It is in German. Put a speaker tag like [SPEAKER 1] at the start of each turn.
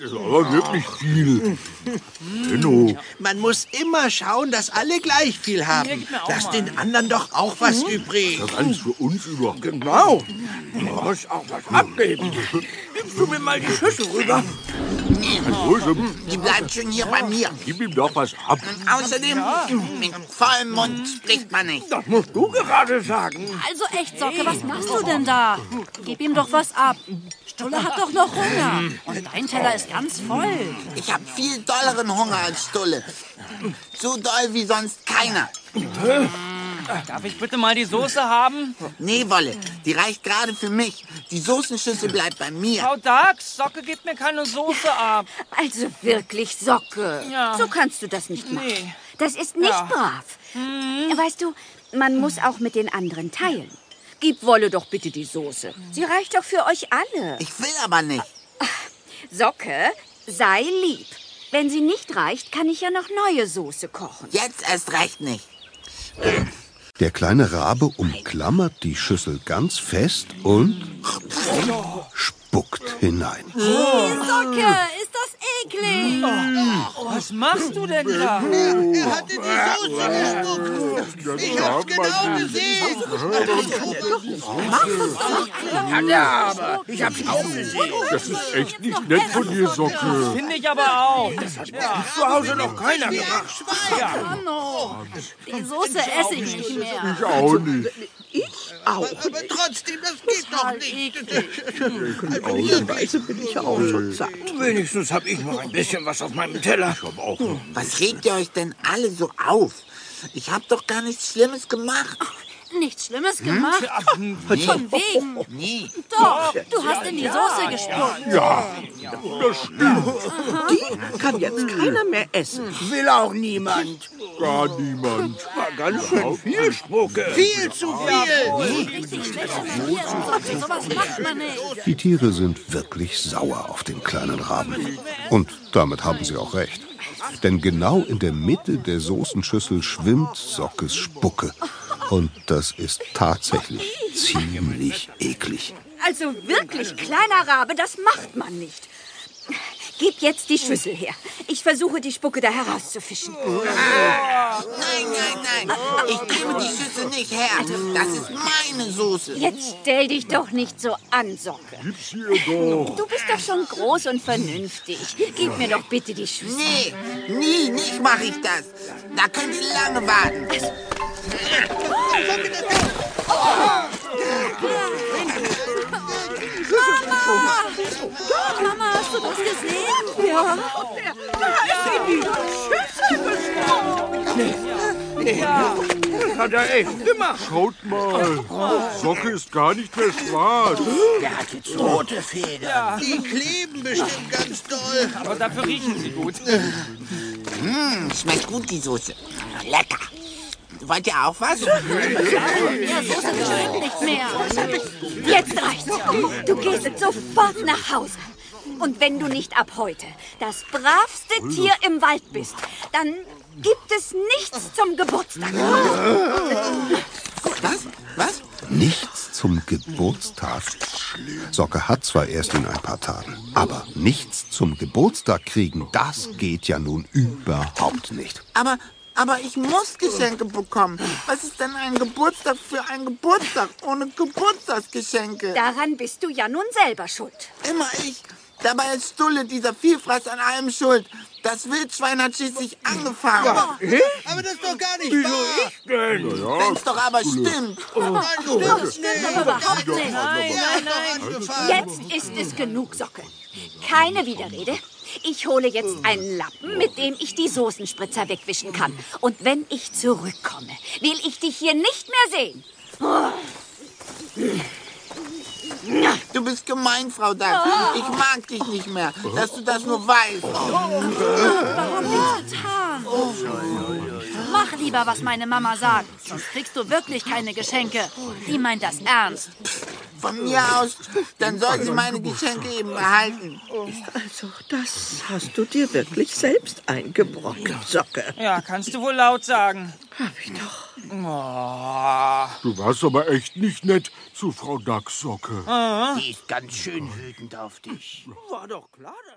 [SPEAKER 1] ist aber wirklich viel. Benno,
[SPEAKER 2] Man muss immer schauen, dass alle gleich viel haben.
[SPEAKER 3] gib mir auch
[SPEAKER 2] Lass
[SPEAKER 3] mal. Mhm.
[SPEAKER 2] den anderen doch auch was übrig.
[SPEAKER 1] das ist alles für uns über.
[SPEAKER 4] Genau. Du musst auch was abgeben. Gibst du mir mal die Schüssel rüber?
[SPEAKER 1] Also,
[SPEAKER 5] Die bleibt schon hier bei mir.
[SPEAKER 1] gib ihm doch was ab.
[SPEAKER 5] Außerdem, mit vollem Mund spricht man nicht.
[SPEAKER 4] Das musst du gerade sagen.
[SPEAKER 6] Also echt, Socke, was machst du denn da? Gib ihm doch was ab. Stulle hat doch noch Hunger. Und dein Teller ist ganz voll.
[SPEAKER 5] Ich habe viel dolleren Hunger als Stulle. So doll wie sonst keiner.
[SPEAKER 3] Darf ich bitte mal die Soße haben?
[SPEAKER 5] Nee, Wolle, die reicht gerade für mich. Die Soßenschüssel bleibt bei mir.
[SPEAKER 3] Frau Dax, Socke gibt mir keine Soße ab.
[SPEAKER 7] Also wirklich, Socke.
[SPEAKER 3] Ja.
[SPEAKER 7] So kannst du das nicht machen.
[SPEAKER 3] Nee.
[SPEAKER 7] Das ist nicht
[SPEAKER 3] Ja.
[SPEAKER 7] brav.
[SPEAKER 6] Hm.
[SPEAKER 7] Weißt du, man muss auch mit den anderen teilen. Gib Wolle doch bitte die Soße. Sie reicht doch für euch alle.
[SPEAKER 5] Ich will aber nicht.
[SPEAKER 7] Socke, sei lieb. Wenn sie nicht reicht, kann ich ja noch neue Soße kochen.
[SPEAKER 5] Jetzt erst recht nicht.
[SPEAKER 8] Der kleine Rabe umklammert die Schüssel ganz fest und spuckt hinein.
[SPEAKER 6] Socke, ist das eklig.
[SPEAKER 3] Oh, Was machst du denn da?
[SPEAKER 2] Er hatte die Soße gespuckt. Ich hab's genau gesehen.
[SPEAKER 4] Ich hab's auch gesehen.
[SPEAKER 1] Das ist echt nicht nett von dir, Socke.
[SPEAKER 3] Finde ich aber auch.
[SPEAKER 4] Zu Hause noch keiner gemacht.
[SPEAKER 6] Anno, die Soße esse ich nicht mehr.
[SPEAKER 1] Ich auch nicht.
[SPEAKER 2] Aber trotzdem, das geht doch
[SPEAKER 5] halt
[SPEAKER 2] nicht.
[SPEAKER 4] Also Weise bin ich auch schon satt. Hm. Wenigstens hab ich noch ein bisschen was auf meinem Teller. Ich hab auch noch.
[SPEAKER 5] Was regt ihr euch denn alle so auf? Ich hab doch gar nichts Schlimmes gemacht.
[SPEAKER 6] Nichts
[SPEAKER 1] Hm?
[SPEAKER 6] Schlimmes gemacht. Von wegen.
[SPEAKER 5] Nee.
[SPEAKER 6] Doch, du hast in die Soße gespuckt.
[SPEAKER 4] Die kann jetzt keiner mehr essen. Will auch niemand.
[SPEAKER 1] Gar niemand.
[SPEAKER 4] War ganz schön viel Spucke.
[SPEAKER 2] Viel zu viel.
[SPEAKER 6] Richtig schlecht für die Soße. Sowas macht man nicht.
[SPEAKER 8] Die Tiere sind wirklich sauer auf den kleinen Raben. Und damit haben sie auch recht. Denn genau in der Mitte der Soßenschüssel schwimmt Sockes Spucke. Und das ist tatsächlich ziemlich eklig.
[SPEAKER 7] Also wirklich, kleiner Rabe, das macht man nicht. Gib jetzt die Schüssel her. Ich versuche, die Spucke da herauszufischen.
[SPEAKER 5] Nein, nein, nein. Ich gebe die Schüssel nicht her. Das ist meine Soße.
[SPEAKER 7] Jetzt stell dich doch nicht so an, Socke.
[SPEAKER 1] Gib's ihr doch.
[SPEAKER 7] Du bist doch schon groß und vernünftig. Gib mir doch bitte die Schüssel.
[SPEAKER 5] Nee, nie, nicht mache ich das. Da könnt ihr lange warten.
[SPEAKER 6] Mama, hast du das gesehen?
[SPEAKER 4] Hat er echt gemacht.
[SPEAKER 1] Schaut mal. Socke ist gar nicht mehr schwarz.
[SPEAKER 4] Rote Feder.
[SPEAKER 2] Die kleben bestimmt ganz doll.
[SPEAKER 3] Aber dafür riechen sie gut.
[SPEAKER 5] Hm, schmeckt gut, die Soße. Ah, Lecker. Wollt ihr auch was?
[SPEAKER 6] Mehr Soße geschmeckt nicht mehr.
[SPEAKER 7] Jetzt reicht's. Du gehst jetzt sofort nach Hause. Und wenn du nicht ab heute das bravste Tier im Wald bist, dann gibt es nichts zum Geburtstag.
[SPEAKER 5] Was? Was?
[SPEAKER 8] Nichts zum Geburtstag. Socke hat zwar erst in ein paar Tagen, aber nichts zum Geburtstag kriegen, das geht ja nun überhaupt nicht.
[SPEAKER 5] Aber, aber ich muss Geschenke bekommen. Was ist denn ein Geburtstag für ein Geburtstag ohne Geburtstagsgeschenke?
[SPEAKER 7] Daran bist du ja nun selber schuld.
[SPEAKER 5] Immer ich. Dabei ist Stulle, dieser Vielfraß, an allem schuld. Das Wildschwein hat schließlich angefangen.
[SPEAKER 2] Aber das ist doch gar nicht wahr.
[SPEAKER 5] Wenn's doch aber stimmt.
[SPEAKER 2] Das stimmt
[SPEAKER 6] Aber überhaupt nicht.
[SPEAKER 2] Nein, nein, nein.
[SPEAKER 7] Jetzt ist es genug, Socke. Keine Widerrede. Ich hole jetzt einen Lappen, mit dem ich die Soßenspritzer wegwischen kann. Und wenn ich zurückkomme, will ich dich hier nicht mehr sehen.
[SPEAKER 5] Du bist gemein, Frau Dax. Ich mag dich nicht mehr, dass du das nur weißt.
[SPEAKER 6] getan. Mach lieber, was meine Mama sagt. Sonst kriegst du wirklich keine Geschenke. Die meint das ernst.
[SPEAKER 5] Von mir aus, dann soll sie meine Geschenke eben behalten.
[SPEAKER 4] Also, das hast du dir wirklich selbst eingebrockt, Socke.
[SPEAKER 3] Ja, kannst du wohl laut sagen. Oh.
[SPEAKER 4] Hab ich doch.
[SPEAKER 1] Du warst aber echt nicht nett zu Frau Dachsocke.
[SPEAKER 4] War doch klar, dass...